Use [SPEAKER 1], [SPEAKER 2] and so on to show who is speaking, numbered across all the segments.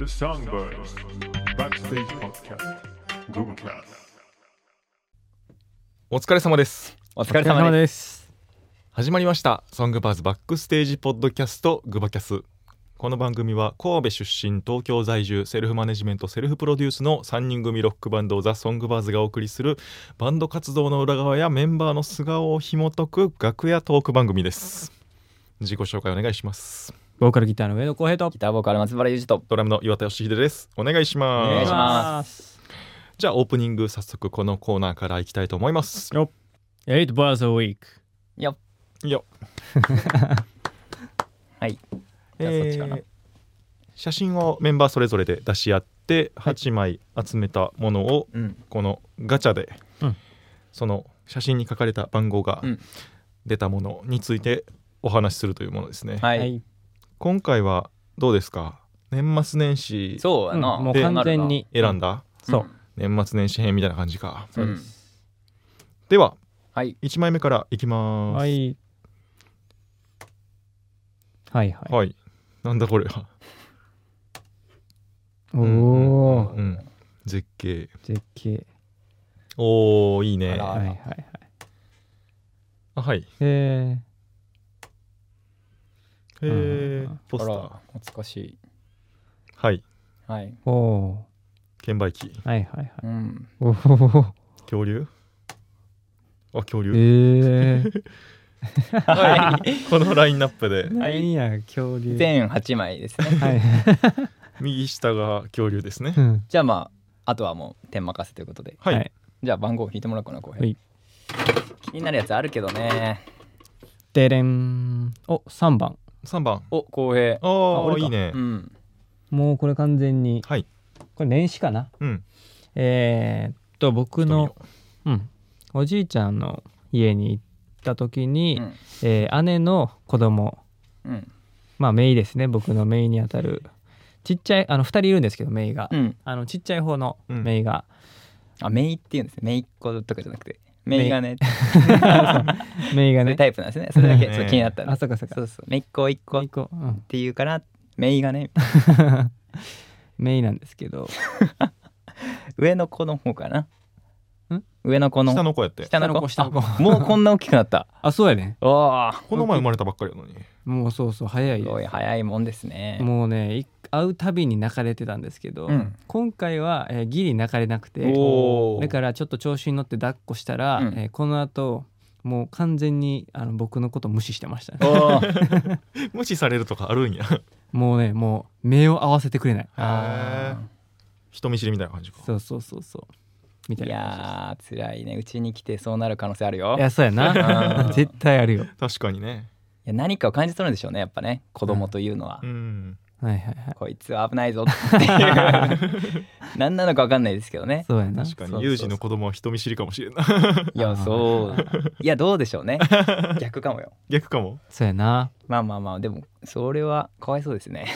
[SPEAKER 1] Songbirds Backstage Podcast Googlecast
[SPEAKER 2] お疲れ様です。
[SPEAKER 3] お疲れ様です。
[SPEAKER 4] す。
[SPEAKER 2] 始まりました。ソングバーズバックステージポッドキャストグバキャス。この番組は神戸出身、東京在住、セルフマネジメント、セルフプロデュースの3人組ロックバンドザ・ソングバーズがお送りするバンド活動の裏側やメンバーの素顔を紐解く楽屋トーク番組です。自己紹介お願いします。
[SPEAKER 4] ボーカルギターの上野浩平と。。
[SPEAKER 3] ギターボーカル松原裕二と。
[SPEAKER 2] ドラムの岩田義秀です。お願いします。
[SPEAKER 3] お願いします
[SPEAKER 2] じゃあオープニング早速このコーナーからいきたいと思います。
[SPEAKER 4] よっ。8 bars a week。
[SPEAKER 3] よっ
[SPEAKER 2] よ
[SPEAKER 3] はい。じ
[SPEAKER 2] え
[SPEAKER 3] ゃあそっちかな
[SPEAKER 2] ー写真をメンバーそれぞれで出し合って
[SPEAKER 4] い
[SPEAKER 2] 8枚集めたものを
[SPEAKER 3] うん。
[SPEAKER 2] このガチャで、
[SPEAKER 4] うん
[SPEAKER 2] その写真に書かれた番号が
[SPEAKER 3] うん
[SPEAKER 2] 出たものについてお話しするというものですね、
[SPEAKER 3] は。
[SPEAKER 4] はいい。
[SPEAKER 2] 今回はどうですか年末年始
[SPEAKER 3] そう
[SPEAKER 4] う
[SPEAKER 3] や
[SPEAKER 4] ん
[SPEAKER 3] な。
[SPEAKER 4] もう
[SPEAKER 3] で。
[SPEAKER 4] 完全。に。
[SPEAKER 2] 選んだ
[SPEAKER 4] そううん
[SPEAKER 2] 年末年始編みたいな感じか
[SPEAKER 3] そう
[SPEAKER 4] うん
[SPEAKER 3] です
[SPEAKER 2] では
[SPEAKER 3] はい。
[SPEAKER 2] 1枚目からいきます
[SPEAKER 4] はい。はいは
[SPEAKER 2] はいなんだこれは、
[SPEAKER 4] い。おお
[SPEAKER 2] う。ん、絶景
[SPEAKER 4] 絶景。
[SPEAKER 2] おーいい
[SPEAKER 3] あ
[SPEAKER 2] ね
[SPEAKER 3] ら
[SPEAKER 4] はいはいはい。
[SPEAKER 2] あはい
[SPEAKER 4] え
[SPEAKER 2] へえ
[SPEAKER 4] うん
[SPEAKER 2] ポスタ
[SPEAKER 3] あ
[SPEAKER 2] ー
[SPEAKER 3] ら懐かしい。
[SPEAKER 2] はい
[SPEAKER 3] はい。
[SPEAKER 4] ー。お
[SPEAKER 2] 券売機
[SPEAKER 4] ー。はいはいはい。
[SPEAKER 3] うん。
[SPEAKER 4] おお。
[SPEAKER 2] 恐竜あ恐
[SPEAKER 4] え
[SPEAKER 2] 竜、
[SPEAKER 4] ー。
[SPEAKER 2] はい、このラインナップで
[SPEAKER 4] 何や恐竜。
[SPEAKER 3] 全8枚ですね。
[SPEAKER 4] はい。
[SPEAKER 2] 右下が恐竜ですね
[SPEAKER 4] うん
[SPEAKER 3] じゃあまあ、あとはもう点任せということで。
[SPEAKER 2] はい、
[SPEAKER 4] はい
[SPEAKER 3] じゃあ番号引いてもらおうかな、浩
[SPEAKER 4] は
[SPEAKER 3] 平
[SPEAKER 4] い。
[SPEAKER 3] 気になるやつあるけどね。
[SPEAKER 4] でれん。お三番。
[SPEAKER 2] 3番
[SPEAKER 3] お、浩平。
[SPEAKER 2] ああ
[SPEAKER 4] 俺
[SPEAKER 2] い
[SPEAKER 4] か
[SPEAKER 2] いね、
[SPEAKER 3] うん。
[SPEAKER 4] もうこれ完全に。
[SPEAKER 2] はい
[SPEAKER 4] これ年始かな。
[SPEAKER 2] うん
[SPEAKER 4] えー、っと僕の。うん、おじいちゃんの家に行った時に、
[SPEAKER 3] うん
[SPEAKER 4] えー姉の子供
[SPEAKER 3] うん。
[SPEAKER 4] まあ姪ですね僕の姪にあたるちっちゃいあの2人いるんですけど姪が、
[SPEAKER 3] うん。
[SPEAKER 4] あのちっちゃい方の姪が、
[SPEAKER 3] あ、メイって言うんですね。メイっ子とかじゃなくて。メイがね、
[SPEAKER 4] 姪がね
[SPEAKER 3] タイプなんですね。それだけ
[SPEAKER 2] ね
[SPEAKER 3] ちょっと気になったんで
[SPEAKER 4] あそっかそっ
[SPEAKER 3] そ
[SPEAKER 4] か
[SPEAKER 3] うそう。めいっ子、いっ子っ
[SPEAKER 4] 姪っ子うん
[SPEAKER 3] て言うから、めいがね、
[SPEAKER 4] 姪なんですけど
[SPEAKER 3] 上の子の方かな。
[SPEAKER 4] ん
[SPEAKER 3] 上の子の
[SPEAKER 2] 下の子やって
[SPEAKER 3] 下の子
[SPEAKER 4] 下の子下の
[SPEAKER 3] もうこんな大きくなった。
[SPEAKER 4] あそうやね
[SPEAKER 3] お
[SPEAKER 2] この前生まれたばっかりなのに
[SPEAKER 4] もうそうそう早い
[SPEAKER 3] す
[SPEAKER 4] で
[SPEAKER 3] ごい
[SPEAKER 4] す
[SPEAKER 3] 早いもんですね。
[SPEAKER 4] もうねい会うたびに泣かれてたんですけど、
[SPEAKER 3] うん
[SPEAKER 4] 今回は、えーギリ泣かれなくて
[SPEAKER 2] おー
[SPEAKER 4] だからちょっと調子に乗って抱っこしたら、
[SPEAKER 3] うん
[SPEAKER 4] えーこの後もう完全にあの僕のこと無視してましたね
[SPEAKER 3] おー
[SPEAKER 2] 無視されるとかあるんや
[SPEAKER 4] もうねもう目を合わせてくれない
[SPEAKER 3] あ
[SPEAKER 2] 人見知りみたいな感じか
[SPEAKER 4] そうそうそうそうみ
[SPEAKER 3] ー
[SPEAKER 4] たい
[SPEAKER 3] い
[SPEAKER 4] な
[SPEAKER 3] やー辛いねうちに来てそうなる可能性あるよ
[SPEAKER 4] いやそうや
[SPEAKER 3] う
[SPEAKER 4] なん 絶対あるよ
[SPEAKER 2] 確かにね
[SPEAKER 3] いや何かを感じ取るんでしょうねやっぱね子供というのは、
[SPEAKER 2] うん
[SPEAKER 4] はいはいはい
[SPEAKER 3] こいつは危ないぞっていう何なのか分かんないですけどね
[SPEAKER 4] そうや
[SPEAKER 2] 確
[SPEAKER 4] な
[SPEAKER 2] か
[SPEAKER 3] そうそうそう
[SPEAKER 2] にユージの子供は人見知りかもしれない
[SPEAKER 3] いやそういやどうでしょうね逆かもよ
[SPEAKER 2] 逆かも
[SPEAKER 4] そうやな
[SPEAKER 3] まあまあまあでもそれはかわいそうですね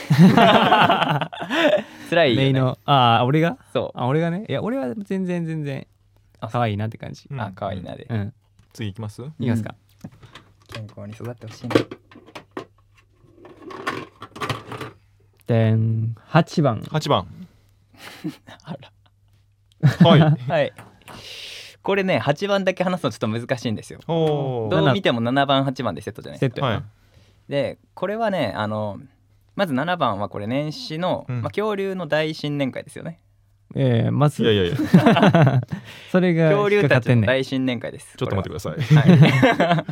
[SPEAKER 3] 辛いよ、
[SPEAKER 4] メイ
[SPEAKER 3] ね、
[SPEAKER 4] のああ俺が
[SPEAKER 3] そう
[SPEAKER 4] あ俺がねいや俺は全然全然
[SPEAKER 3] あ
[SPEAKER 4] 可愛いなって感じ
[SPEAKER 2] うん
[SPEAKER 3] あ可愛いなで、
[SPEAKER 4] うん
[SPEAKER 2] 次いきます
[SPEAKER 4] いきますか
[SPEAKER 3] 健康に育ってほしいな
[SPEAKER 4] でん8番
[SPEAKER 2] 8番
[SPEAKER 3] あら
[SPEAKER 2] はい
[SPEAKER 3] はい。これね、8番だけ話すのちょっと難しいんですよ。
[SPEAKER 2] お
[SPEAKER 3] ど
[SPEAKER 2] ー
[SPEAKER 3] う見ても7番、8番でセットじゃない
[SPEAKER 4] セ
[SPEAKER 3] で
[SPEAKER 4] ット
[SPEAKER 3] すか。
[SPEAKER 4] や
[SPEAKER 2] はい
[SPEAKER 4] な
[SPEAKER 3] で、これはね、あの、まず7番はこれ年始の、
[SPEAKER 2] うん
[SPEAKER 3] まあ、恐竜の大新年会ですよね。
[SPEAKER 4] えーま
[SPEAKER 2] いやいや
[SPEAKER 4] ず
[SPEAKER 2] いやちょ
[SPEAKER 4] それが
[SPEAKER 3] 恐
[SPEAKER 4] 引っ
[SPEAKER 3] 竜
[SPEAKER 4] かか
[SPEAKER 3] た
[SPEAKER 4] ってん
[SPEAKER 3] ちの
[SPEAKER 4] ねん
[SPEAKER 3] 大新年会です。
[SPEAKER 2] っと待ってくださいちょ
[SPEAKER 3] ださい。はい
[SPEAKER 2] っ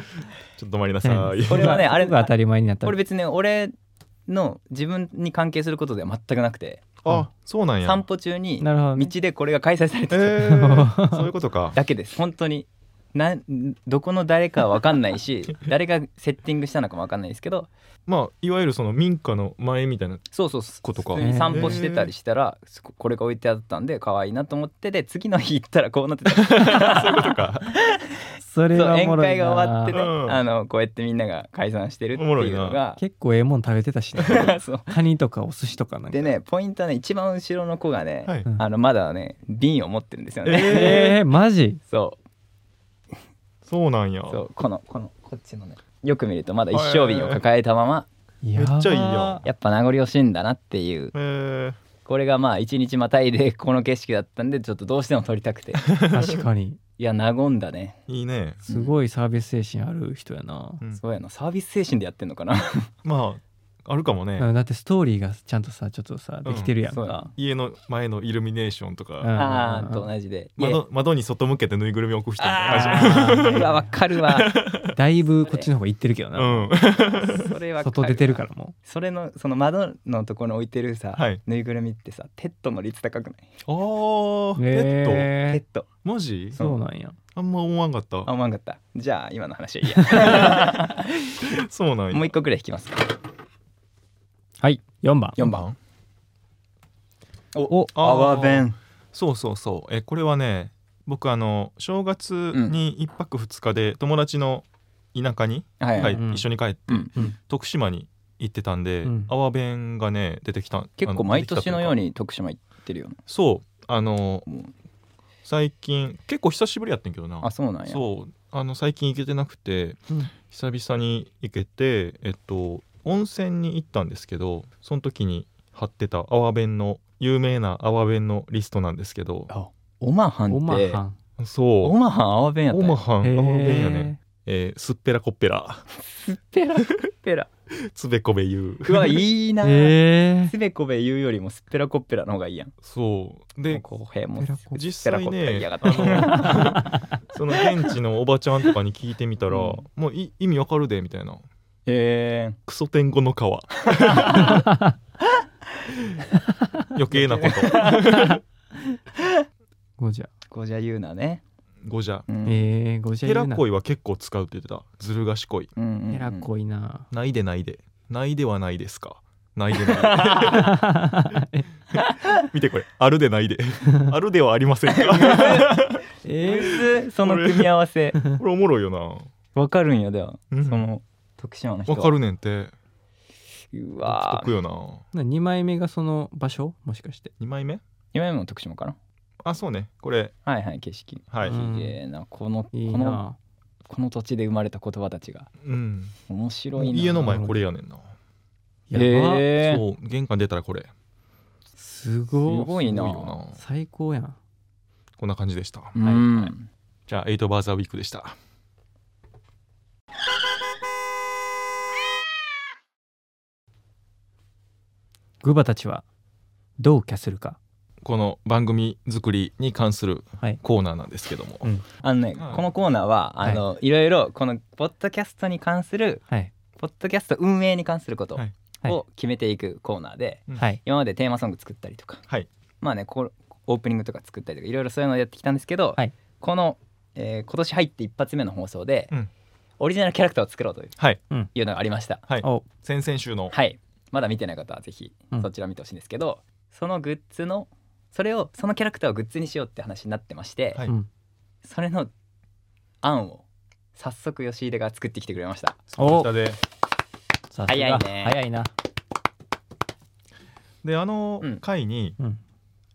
[SPEAKER 2] と止まりなさい
[SPEAKER 3] これはねあれ
[SPEAKER 4] 僕が当たり前になった
[SPEAKER 3] これ別に俺の自分に関係することでは全くなくて、
[SPEAKER 2] あそうなんや
[SPEAKER 3] 散歩中に
[SPEAKER 4] なるほどね
[SPEAKER 3] 道でこれが開催されてた
[SPEAKER 2] え ー、そういうことか。
[SPEAKER 3] だけです。本当に。なんどこの誰かは分かんないし誰がセッティングしたのかも分かんないですけど
[SPEAKER 2] まあいわゆるその民家の前みたい な。
[SPEAKER 3] そうそうそう
[SPEAKER 2] ことか
[SPEAKER 3] 普通に散歩してたりしたら、ここれが置いてあったんで可愛いなと思ってで次の日行ったらこうなってたそう
[SPEAKER 2] そういうことか。
[SPEAKER 4] それはお
[SPEAKER 3] 宴
[SPEAKER 4] もろいな
[SPEAKER 3] 会が終わってね、
[SPEAKER 2] うん
[SPEAKER 3] あのこうやってみんなが解散してるっていうのが
[SPEAKER 4] 結構ええもん食べてたしね
[SPEAKER 3] そう
[SPEAKER 4] カニとかお寿司とかなんか
[SPEAKER 3] でねポイントはね一番後ろの子がね、
[SPEAKER 2] はい。
[SPEAKER 4] うん
[SPEAKER 3] あのまだね瓶を持ってるんですよね、
[SPEAKER 2] え
[SPEAKER 4] えー、マジ
[SPEAKER 3] そ
[SPEAKER 2] そうなんや
[SPEAKER 3] う。そうこのこのこっちのねよく見るとまだ一生瓶を抱えたまま
[SPEAKER 4] め
[SPEAKER 2] めっちゃいいやん
[SPEAKER 3] やっぱ名残惜しいんだなっていう
[SPEAKER 2] えー、
[SPEAKER 3] これがまあ一日またいでこの景色だったんでちょっとどうしても撮りたくて
[SPEAKER 4] 確かに
[SPEAKER 3] いや和んだね
[SPEAKER 2] いいね、
[SPEAKER 4] すごいサービス精神ある人やな、
[SPEAKER 2] うん
[SPEAKER 3] そうやなサービス精神でやってんのかな
[SPEAKER 2] まああるかもね、
[SPEAKER 4] うんだってストーリーがちゃんとさちょっとさできてるやん
[SPEAKER 3] そう
[SPEAKER 4] か、
[SPEAKER 3] や
[SPEAKER 2] 家の前のイルミネーションとか、
[SPEAKER 4] うん
[SPEAKER 3] あーと同じでいや
[SPEAKER 2] 窓窓に外向けてぬいぐるみ置く人みたいな感
[SPEAKER 3] あーうわわかるわ
[SPEAKER 4] だいぶこっちの方が行ってるけど
[SPEAKER 2] じ
[SPEAKER 4] な、
[SPEAKER 2] うん
[SPEAKER 3] それは
[SPEAKER 4] 外出てるからも
[SPEAKER 3] それのその窓のところに置いてるさ、
[SPEAKER 2] はい
[SPEAKER 3] ぬいぐるみってさテッドの率高くない、
[SPEAKER 2] あ
[SPEAKER 4] う
[SPEAKER 2] あ、えっと
[SPEAKER 3] テッド
[SPEAKER 2] マジ
[SPEAKER 4] ーそうなんや
[SPEAKER 2] あんま思わんかった
[SPEAKER 3] あ思わんかったじゃあ今の話はいい
[SPEAKER 2] そうなん
[SPEAKER 3] や
[SPEAKER 2] や
[SPEAKER 3] もう一個くらい引きます
[SPEAKER 4] はい4番
[SPEAKER 3] 4番
[SPEAKER 4] お
[SPEAKER 2] あー
[SPEAKER 3] 泡弁
[SPEAKER 2] そうそうそうえこれはね僕あの正月に1泊2日で友達の田舎に、
[SPEAKER 3] はい、
[SPEAKER 2] はい
[SPEAKER 4] うん
[SPEAKER 2] 一緒に帰って、
[SPEAKER 3] うん
[SPEAKER 4] うん
[SPEAKER 2] 徳島に行ってたんで、
[SPEAKER 4] うん
[SPEAKER 2] 阿波弁がね出てきた
[SPEAKER 3] 結構
[SPEAKER 2] あ
[SPEAKER 3] 毎
[SPEAKER 2] 出てきたと
[SPEAKER 3] 年
[SPEAKER 2] いか
[SPEAKER 3] のように徳島行ってるよね
[SPEAKER 2] そうあの
[SPEAKER 3] もう
[SPEAKER 2] 最近結構久しぶりやってんけどな
[SPEAKER 3] あそうなんや
[SPEAKER 2] そうあの最近行けてなくて、
[SPEAKER 4] うん
[SPEAKER 2] 久々に行けてえっと温泉に行ったんですけどその時に貼ってた泡弁の有名な泡弁のリストなんですけど
[SPEAKER 3] あオマハンって
[SPEAKER 4] オ
[SPEAKER 3] オマ
[SPEAKER 4] マ
[SPEAKER 3] ハ
[SPEAKER 4] ハ
[SPEAKER 3] ン
[SPEAKER 4] ン
[SPEAKER 2] そう
[SPEAKER 3] 泡弁やった
[SPEAKER 2] オマハン泡
[SPEAKER 4] へ
[SPEAKER 2] 弁
[SPEAKER 4] ー
[SPEAKER 2] やねえー、すっぺらこっぺら
[SPEAKER 3] ペラペラ
[SPEAKER 2] つべこべ言う
[SPEAKER 3] うわいいな
[SPEAKER 4] へえ
[SPEAKER 3] すべこべ言うよりもすっぺらこっぺらの方がいいやん
[SPEAKER 2] そう
[SPEAKER 3] で
[SPEAKER 2] で
[SPEAKER 3] 公平も
[SPEAKER 4] ペラコ
[SPEAKER 2] 実際
[SPEAKER 3] ペラコッペラ言い
[SPEAKER 2] ね
[SPEAKER 3] やがって
[SPEAKER 2] あの その現地のおばちゃんとかに聞いてみたら、
[SPEAKER 3] うん
[SPEAKER 2] もうい意味わかるでみたいな
[SPEAKER 3] え
[SPEAKER 2] クソ天狗の皮 余計なこと
[SPEAKER 4] ゴジャ
[SPEAKER 3] ー、こじゃ言うなね、
[SPEAKER 2] ごじゃ
[SPEAKER 3] うん
[SPEAKER 4] えー、ゴジャ
[SPEAKER 2] ヘラ
[SPEAKER 4] い
[SPEAKER 2] 恋は結構使うって言ってたずる賢い
[SPEAKER 3] うんうんうん
[SPEAKER 4] ヘラコいな
[SPEAKER 2] ないでないでないではないですかないでない 見てこれあるでないであるではありませんか
[SPEAKER 4] えー、
[SPEAKER 3] むずその組み合わ せ
[SPEAKER 2] これおもろいよな
[SPEAKER 3] わかるんやでは、
[SPEAKER 2] うん
[SPEAKER 3] その徳島の人
[SPEAKER 2] わかるねんて
[SPEAKER 3] う
[SPEAKER 2] 独
[SPEAKER 3] わ
[SPEAKER 2] 特よな
[SPEAKER 4] な2枚目がその場所もしかして
[SPEAKER 2] 2枚目
[SPEAKER 3] 今も徳島かな
[SPEAKER 2] あそうねこれ
[SPEAKER 3] はいはい景色
[SPEAKER 2] はい、
[SPEAKER 4] うん
[SPEAKER 3] 綺麗なこの
[SPEAKER 4] いい
[SPEAKER 3] この
[SPEAKER 4] な
[SPEAKER 3] この土地で生まれた言葉たちが
[SPEAKER 2] うん、
[SPEAKER 3] 面白いな
[SPEAKER 2] 家の前これやねんな、
[SPEAKER 4] やば、
[SPEAKER 3] えー、
[SPEAKER 2] そう玄関出たらこれ
[SPEAKER 4] す
[SPEAKER 3] す
[SPEAKER 4] ごい
[SPEAKER 3] ごい
[SPEAKER 2] す
[SPEAKER 3] な
[SPEAKER 2] ごいよな
[SPEAKER 4] 最高やん
[SPEAKER 2] こんな感じでした
[SPEAKER 3] うん
[SPEAKER 4] はい
[SPEAKER 2] じゃあ8バーザーウィークでした
[SPEAKER 4] グバたちはどうキャするか
[SPEAKER 2] この番組作りに関する
[SPEAKER 4] はい
[SPEAKER 2] コーナーなんですけども、
[SPEAKER 4] うん
[SPEAKER 3] あのね、
[SPEAKER 2] はい
[SPEAKER 3] このコーナーはあの、い、ろいろこのポッドキャストに関する
[SPEAKER 4] はい
[SPEAKER 3] ポッドキャスト運営に関すること
[SPEAKER 2] はい
[SPEAKER 4] はい
[SPEAKER 3] を決めていくコーナーで、
[SPEAKER 2] うん
[SPEAKER 4] はい
[SPEAKER 3] 今までテーマソング作ったりとか、
[SPEAKER 2] はい
[SPEAKER 3] まあねこうオープニングとか作ったりとかいろいろそういうのやってきたんですけど、
[SPEAKER 4] はい
[SPEAKER 3] この、えー今年入って一発目の放送で、
[SPEAKER 2] うん
[SPEAKER 3] オリジナルキャラクターを作ろうという
[SPEAKER 2] はい
[SPEAKER 3] いうのがありました。
[SPEAKER 2] はい
[SPEAKER 4] お
[SPEAKER 2] 先々週の
[SPEAKER 3] はい、まだ見てない方はぜひ
[SPEAKER 4] うん
[SPEAKER 3] そちら見てほしいんですけど、そのグッズのそれをそのキャラクターをグッズにしようって話になってまして、
[SPEAKER 2] はい
[SPEAKER 4] うん
[SPEAKER 3] それの案を早速吉井出が作ってきてくれました
[SPEAKER 4] お
[SPEAKER 2] 下で
[SPEAKER 4] さすが
[SPEAKER 3] 早いね
[SPEAKER 4] 早いな
[SPEAKER 2] であの
[SPEAKER 3] うん
[SPEAKER 2] 回に、
[SPEAKER 4] うん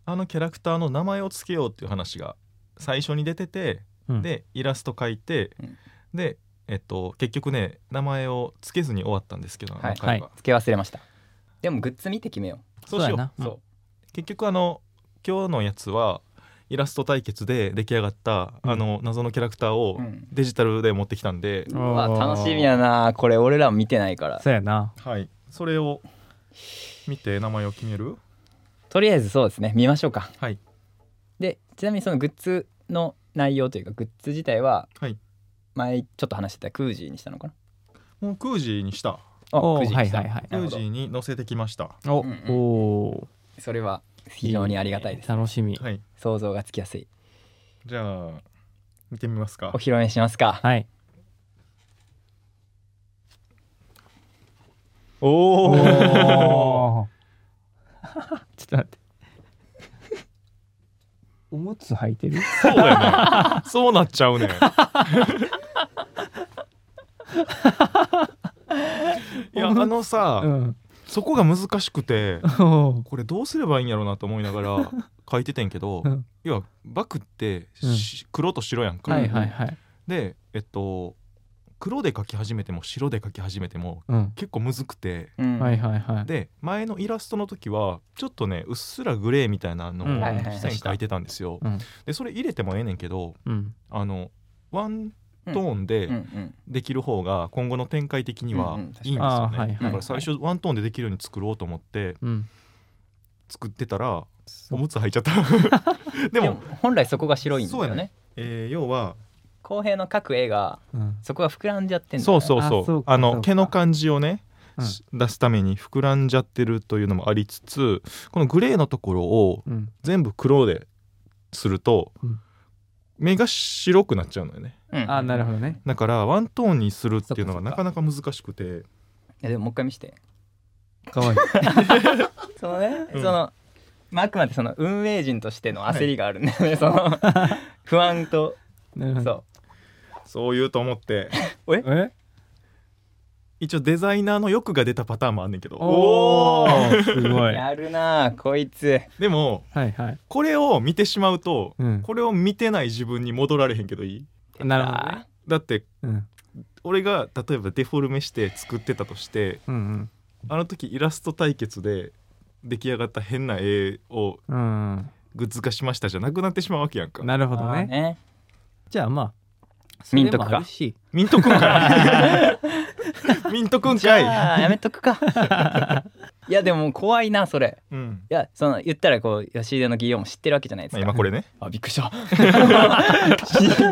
[SPEAKER 2] あのキャラクターの名前をつけようっていう話が最初に出てて、
[SPEAKER 4] うん
[SPEAKER 2] でイラスト描いて、
[SPEAKER 3] うん
[SPEAKER 2] でえっと結局ね名前をつけずに終わったんですけど、
[SPEAKER 3] はい
[SPEAKER 2] あの回は
[SPEAKER 4] は
[SPEAKER 3] 付け忘れましたでもグッズ見て決めよ
[SPEAKER 2] そうしよう
[SPEAKER 4] やな
[SPEAKER 3] う、
[SPEAKER 4] ん
[SPEAKER 3] そう
[SPEAKER 2] 結局あの今日のやつはイラスト対決で出来上がった、
[SPEAKER 4] うん
[SPEAKER 2] あの謎のキャラクターを
[SPEAKER 3] うん
[SPEAKER 2] デジタルで持ってきたんで、
[SPEAKER 3] うわ
[SPEAKER 4] おー
[SPEAKER 3] 楽しみやなこれ俺らも見てないから
[SPEAKER 4] そうやな
[SPEAKER 2] はいそれを見て名前を決める
[SPEAKER 3] とりあえずそうですね見ましょうか
[SPEAKER 2] はい
[SPEAKER 3] でちなみにそのグッズの内容というかグッズ自体は、
[SPEAKER 2] はい
[SPEAKER 3] 前ちょっと話してたクージーにしたのかな
[SPEAKER 2] もうクージーにした
[SPEAKER 3] あ
[SPEAKER 4] おー
[SPEAKER 3] クージーにした
[SPEAKER 4] はいはいはい
[SPEAKER 2] ク
[SPEAKER 3] なる
[SPEAKER 2] ー
[SPEAKER 3] ほ
[SPEAKER 2] ジ
[SPEAKER 3] ど
[SPEAKER 2] ーに載せてきました
[SPEAKER 4] お
[SPEAKER 3] うんうん
[SPEAKER 4] お
[SPEAKER 3] それは非常にありがたいです
[SPEAKER 4] す楽しみ
[SPEAKER 2] はい
[SPEAKER 3] 想像がつきやすい
[SPEAKER 2] じゃあ見てみますか
[SPEAKER 3] お披露目しますか
[SPEAKER 4] はい
[SPEAKER 2] おー
[SPEAKER 4] ーちょっと待っておむつ履いてる
[SPEAKER 2] そうだよねそうなっちゃうねいやあのさ、
[SPEAKER 4] うん
[SPEAKER 2] そこが難しくて
[SPEAKER 4] おー
[SPEAKER 2] これどうすればいいんやろうなと思いながら 書いててんけど、
[SPEAKER 4] うん
[SPEAKER 2] 要はバクって
[SPEAKER 4] うん
[SPEAKER 2] し、黒と白やんか、
[SPEAKER 4] はいはいはい
[SPEAKER 2] でえっと黒で描き始めても白で描き始めても
[SPEAKER 4] うん、
[SPEAKER 2] 結構むずくて
[SPEAKER 3] うん
[SPEAKER 4] はいはいはい
[SPEAKER 2] で前のイラストの時はちょっとねうっすらグレーみたいなのを
[SPEAKER 4] うんはい
[SPEAKER 3] はいはい
[SPEAKER 2] 下に描いてたんですよ。
[SPEAKER 4] うん
[SPEAKER 2] でそれ入れてもええねんけど
[SPEAKER 4] うん
[SPEAKER 2] あのワントーンで
[SPEAKER 3] うんうん
[SPEAKER 2] できる方が今後の展開的には
[SPEAKER 3] うんうん確か
[SPEAKER 2] い
[SPEAKER 3] に
[SPEAKER 2] いんです
[SPEAKER 4] あ
[SPEAKER 2] よ
[SPEAKER 4] ーはいはい
[SPEAKER 2] ね。だから最初ワントーンでできるように作ろうと思って
[SPEAKER 4] うん
[SPEAKER 2] 作ってたら
[SPEAKER 4] そ
[SPEAKER 2] お
[SPEAKER 4] う
[SPEAKER 2] むつ履いちゃった で
[SPEAKER 3] でも
[SPEAKER 2] も、
[SPEAKER 3] 本来そこが白いんですよ
[SPEAKER 2] そうや
[SPEAKER 3] ね
[SPEAKER 2] えー要は
[SPEAKER 3] 公平の描く絵が
[SPEAKER 4] うん
[SPEAKER 3] そこが膨らんじゃってんだ
[SPEAKER 2] そう
[SPEAKER 3] う
[SPEAKER 2] そうそう
[SPEAKER 4] あそうか
[SPEAKER 2] あ
[SPEAKER 4] そう
[SPEAKER 2] の
[SPEAKER 4] か
[SPEAKER 2] 毛の感じをね、
[SPEAKER 4] うん
[SPEAKER 2] し出すために膨らんじゃってるというのもありつつこのグレーのところを
[SPEAKER 4] うん
[SPEAKER 2] 全部黒ですると、
[SPEAKER 4] うん
[SPEAKER 2] 目が白くなっちゃうのよね
[SPEAKER 4] あなるほ
[SPEAKER 3] ど
[SPEAKER 4] どね
[SPEAKER 2] だからワントーンにするっていうの
[SPEAKER 4] そ
[SPEAKER 2] が
[SPEAKER 4] っか
[SPEAKER 2] な
[SPEAKER 4] そっ
[SPEAKER 2] かなか難しくて
[SPEAKER 3] でももう一回見して
[SPEAKER 4] かわいい
[SPEAKER 3] そのね、
[SPEAKER 2] うん
[SPEAKER 3] その、まあ、あくまでその運営陣としての焦りがあるんだよね、その 不安と
[SPEAKER 4] なるほど
[SPEAKER 3] そ
[SPEAKER 2] そう言うと思 って
[SPEAKER 4] え
[SPEAKER 2] 一応デザイナーの欲が出たパターンもあんねんけど
[SPEAKER 4] おーすご
[SPEAKER 3] う
[SPEAKER 4] いは
[SPEAKER 3] やるなあこいつ
[SPEAKER 2] でも
[SPEAKER 4] いはい
[SPEAKER 2] これを見てしまうと、
[SPEAKER 4] うん
[SPEAKER 2] これを見てない自分に戻られへんけどいい
[SPEAKER 4] なるほどね
[SPEAKER 2] だって
[SPEAKER 4] うん
[SPEAKER 2] 俺が例えばデフォルメして作ってたとして
[SPEAKER 4] うん
[SPEAKER 2] あの時イラスト対決で出来上がった変な絵を
[SPEAKER 4] うん
[SPEAKER 2] グッズ化しましたじゃなくなってしまうわけやん
[SPEAKER 4] う
[SPEAKER 2] か
[SPEAKER 4] んなるほど
[SPEAKER 3] まあ
[SPEAKER 4] ね
[SPEAKER 3] ね
[SPEAKER 4] じゃあまあ
[SPEAKER 3] ミントか
[SPEAKER 4] それもあるし
[SPEAKER 2] ミントくんかい ミントくん
[SPEAKER 3] じ
[SPEAKER 2] かい
[SPEAKER 3] ゃあやめとくかいやでも怖いなそれ
[SPEAKER 2] うん
[SPEAKER 3] いやその言ったらこう吉出の企業も知ってるわけじゃないです
[SPEAKER 2] まあ
[SPEAKER 3] か、
[SPEAKER 2] 今これね
[SPEAKER 3] あびっくりした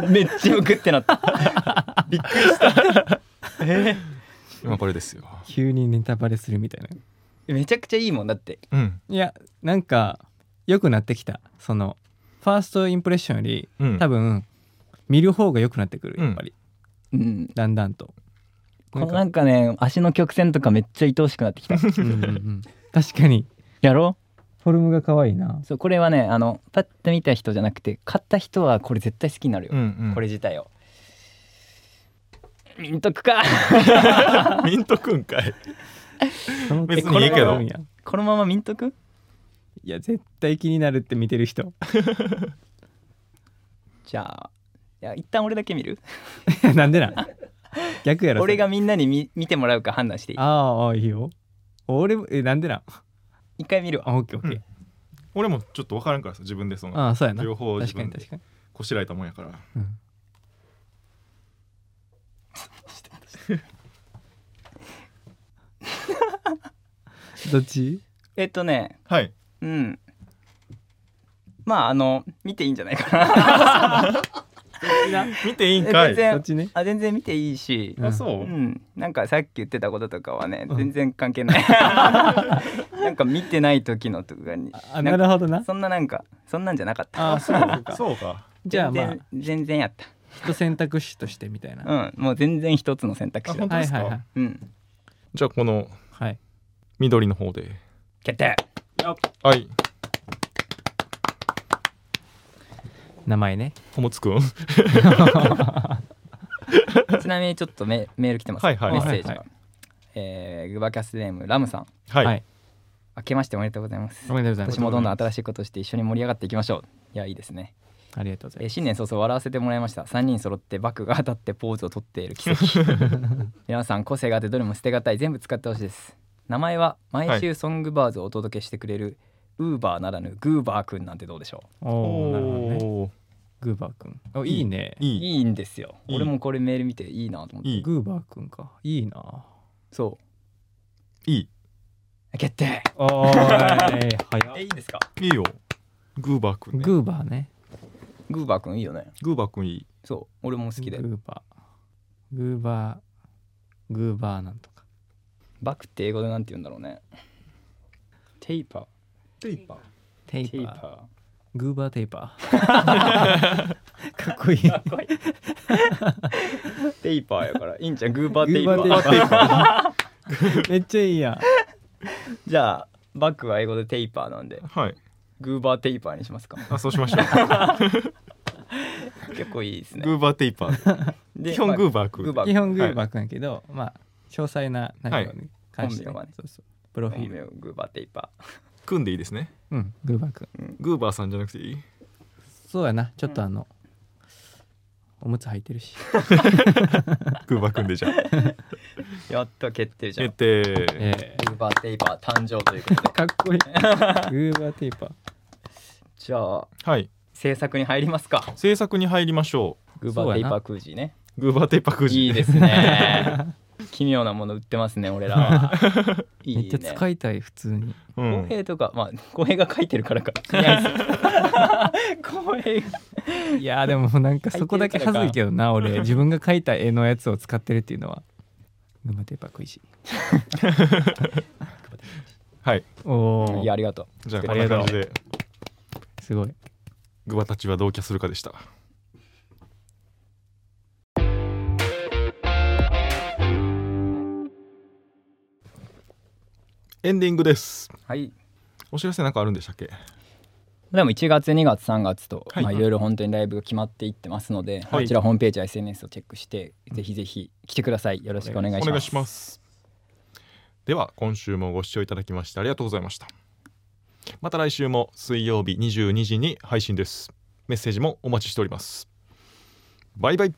[SPEAKER 3] めっちゃグってなったびっくりした、え
[SPEAKER 2] 今これですよ
[SPEAKER 4] 急にネタバレするみたいな
[SPEAKER 3] ーめちゃくちゃいいもんだって
[SPEAKER 2] うん
[SPEAKER 4] いやなんか良くなってきたそのファーストインプレッションより
[SPEAKER 2] うん
[SPEAKER 4] 多分見る方が良くなってくる
[SPEAKER 2] うん
[SPEAKER 4] やっぱり、
[SPEAKER 3] うん
[SPEAKER 4] だんだんと
[SPEAKER 3] こ
[SPEAKER 4] なんか
[SPEAKER 3] のなんかね足の曲線とかめっちゃ愛おしくなってきた
[SPEAKER 4] うんうんうん確かに
[SPEAKER 3] やろ
[SPEAKER 4] フォルムが可愛いな
[SPEAKER 3] うそうこれはねあのパッと見た人じゃなくて買った人はこれ絶対好きになるよ、
[SPEAKER 2] うんうん
[SPEAKER 3] これ自体をミントクか
[SPEAKER 2] ミントくんかい
[SPEAKER 4] その
[SPEAKER 2] 別にいいけど
[SPEAKER 4] これが可愛いない
[SPEAKER 3] このままミントク
[SPEAKER 4] や絶対気になるって見てる人
[SPEAKER 3] じゃあいや一旦俺だけ見る
[SPEAKER 4] なんでなん逆やろそれ
[SPEAKER 3] 俺がみんなに見見てもらうか判断していい
[SPEAKER 4] ああいいよ俺もえなんでなん
[SPEAKER 3] 一回見るわ
[SPEAKER 4] あオッケーオッケー、
[SPEAKER 2] 俺もちょっと分からんからさ自分でその
[SPEAKER 4] ああそうやな
[SPEAKER 2] 両方自
[SPEAKER 4] 確か
[SPEAKER 2] 分
[SPEAKER 4] に
[SPEAKER 2] で
[SPEAKER 4] 確かに
[SPEAKER 2] こしらえたもんやから
[SPEAKER 4] うんどっち
[SPEAKER 3] えっとね
[SPEAKER 2] はい
[SPEAKER 3] うんまああの見ていいんじゃないか
[SPEAKER 2] 見ていいん
[SPEAKER 3] な
[SPEAKER 2] か
[SPEAKER 3] 全
[SPEAKER 2] い
[SPEAKER 4] どっ
[SPEAKER 3] 然
[SPEAKER 4] ちね
[SPEAKER 3] あ全然見ていいし
[SPEAKER 2] あそううん
[SPEAKER 3] なんかさっき言ってたこととかはね
[SPEAKER 4] うん
[SPEAKER 3] 全然関係ない なんか見てない時のとかに
[SPEAKER 4] あなるほどな
[SPEAKER 3] そんななんかそんなんじゃなかった
[SPEAKER 4] あそうか
[SPEAKER 2] そうか
[SPEAKER 4] じゃあまあ
[SPEAKER 3] 全然全然やった
[SPEAKER 4] 一選択肢としてみたいな、
[SPEAKER 3] うんもう全然一つの選択
[SPEAKER 2] あ
[SPEAKER 3] 肢だ
[SPEAKER 2] 本
[SPEAKER 3] っ
[SPEAKER 2] 当で
[SPEAKER 3] た
[SPEAKER 2] すか
[SPEAKER 4] はいはいはい
[SPEAKER 3] うん
[SPEAKER 2] じゃあこの
[SPEAKER 4] はい
[SPEAKER 2] 緑の方で
[SPEAKER 3] 決定
[SPEAKER 2] はい
[SPEAKER 4] 名前ね
[SPEAKER 2] おもつくん
[SPEAKER 3] ちなみにちょっとメメール来てます、
[SPEAKER 2] はいはい
[SPEAKER 3] メッセージが、
[SPEAKER 4] はいは
[SPEAKER 3] えーグバキャスネームラムさん
[SPEAKER 2] はい、
[SPEAKER 4] はい
[SPEAKER 3] 明けましておめでとうございます
[SPEAKER 4] おめでとうございます
[SPEAKER 3] 私もどんどん新しいことをして一緒に盛り上がっていきましょういやいいですね、
[SPEAKER 4] ありがとうござ
[SPEAKER 3] え
[SPEAKER 4] い
[SPEAKER 3] ー
[SPEAKER 4] ます
[SPEAKER 3] 新年早々笑わせてもらいました3人揃ってバクが当たってポーズをとっている奇跡皆さん個性があってどれも捨てがたい全部使ってほしいです名前は毎週ソングバーズをお届けしてくれる、ウーバーならぬグーバーくんなんてどうでしょ
[SPEAKER 4] お
[SPEAKER 2] おー
[SPEAKER 4] おなるほどねグーバーくんおいいね
[SPEAKER 3] う
[SPEAKER 2] いい
[SPEAKER 3] いいんですよ
[SPEAKER 2] いい
[SPEAKER 3] 俺もこれメール見ていいなと思って
[SPEAKER 2] いい
[SPEAKER 4] グーバーくんかいいな
[SPEAKER 3] そ
[SPEAKER 2] いいう
[SPEAKER 3] 決定
[SPEAKER 4] おーい
[SPEAKER 3] えい
[SPEAKER 4] 早
[SPEAKER 3] いですか
[SPEAKER 2] いいよグーバーくん、ね、
[SPEAKER 4] グーバーね
[SPEAKER 3] グーバーくんいいよね
[SPEAKER 2] グーバーくんいい
[SPEAKER 3] そう俺も好きで
[SPEAKER 4] グーバーグーバーグーバーなんとか
[SPEAKER 3] バクって英語でなんて言うんだろうねテイパー
[SPEAKER 2] テイパー
[SPEAKER 4] テイパ
[SPEAKER 3] テイ
[SPEAKER 4] ー
[SPEAKER 3] パー
[SPEAKER 4] グーバーテイパ ーかっこいい
[SPEAKER 3] かっこいいテイパーやからいいんじゃんグーバー
[SPEAKER 4] グ
[SPEAKER 3] テ
[SPEAKER 4] ー
[SPEAKER 3] イパ
[SPEAKER 4] バ
[SPEAKER 3] ー
[SPEAKER 4] ーテイパーめっちゃいいやん
[SPEAKER 3] じゃあバックは英語でテイパーなんで
[SPEAKER 2] はい
[SPEAKER 3] グーバーテイパーにしますか
[SPEAKER 2] あそうしましょう
[SPEAKER 3] 結構いいですね
[SPEAKER 2] グーバーテイパー
[SPEAKER 3] で
[SPEAKER 2] 基本
[SPEAKER 3] まあ
[SPEAKER 2] グーバーくん
[SPEAKER 3] グーバー
[SPEAKER 4] 基本グーバーくんやけど、まあ詳細な内容に関して、
[SPEAKER 3] 本名はね
[SPEAKER 4] そうそうプロフィ
[SPEAKER 3] 本
[SPEAKER 4] ール
[SPEAKER 3] 名グーバーテイパ
[SPEAKER 2] 組んでいいですね
[SPEAKER 4] うんグーバーくん
[SPEAKER 2] グーバーさんじゃなくていい
[SPEAKER 4] そうやなちょっとあの、おむつ履いてるし
[SPEAKER 2] グーバー組んでじゃん
[SPEAKER 3] やっと決定じゃん
[SPEAKER 2] 決定
[SPEAKER 3] ウ
[SPEAKER 4] え
[SPEAKER 3] ーバーテイバー誕生ということで
[SPEAKER 4] ー かっこ いいウーバーテーパー
[SPEAKER 3] じゃあ
[SPEAKER 2] はい
[SPEAKER 3] 制作に入りますか
[SPEAKER 2] 制作に入りましょ
[SPEAKER 3] ウーバーテイバークージーね
[SPEAKER 2] うグーバーテーパク
[SPEAKER 3] いい
[SPEAKER 2] ジ
[SPEAKER 3] ですね奇妙なもの売ってますね俺らはいい
[SPEAKER 4] め
[SPEAKER 3] ね
[SPEAKER 4] っちゃ使いたい普通に
[SPEAKER 2] う
[SPEAKER 3] 公
[SPEAKER 2] ん
[SPEAKER 3] 平とかまあ公平が書いてるからか公平が
[SPEAKER 4] いやーでもなんかそこだけ恥ずいけどな俺自分が描いた絵のやつを使ってるっていうのはウーバーテーパー食いし
[SPEAKER 2] はい
[SPEAKER 4] お
[SPEAKER 3] い
[SPEAKER 4] ー
[SPEAKER 3] やありがとう
[SPEAKER 2] じゃあこんな感じで
[SPEAKER 4] すごい
[SPEAKER 2] グバたちは同居するかでしたエンディングです
[SPEAKER 3] はい
[SPEAKER 2] お知らせなんかあるんでしたっけ
[SPEAKER 3] でも1月2月3月と、
[SPEAKER 2] はい
[SPEAKER 3] まあ、いろいろ本当にライブが決まっていってますので、
[SPEAKER 2] はい
[SPEAKER 3] こちらホームページや SNS をチェックしてぜひぜひ来てくださいよろしくお願いします
[SPEAKER 2] お願いしますでは今週もご視聴いただきましてありがとうございましたまた来週も水曜日22時に配信ですメッセージもお待ちしておりますバイバイ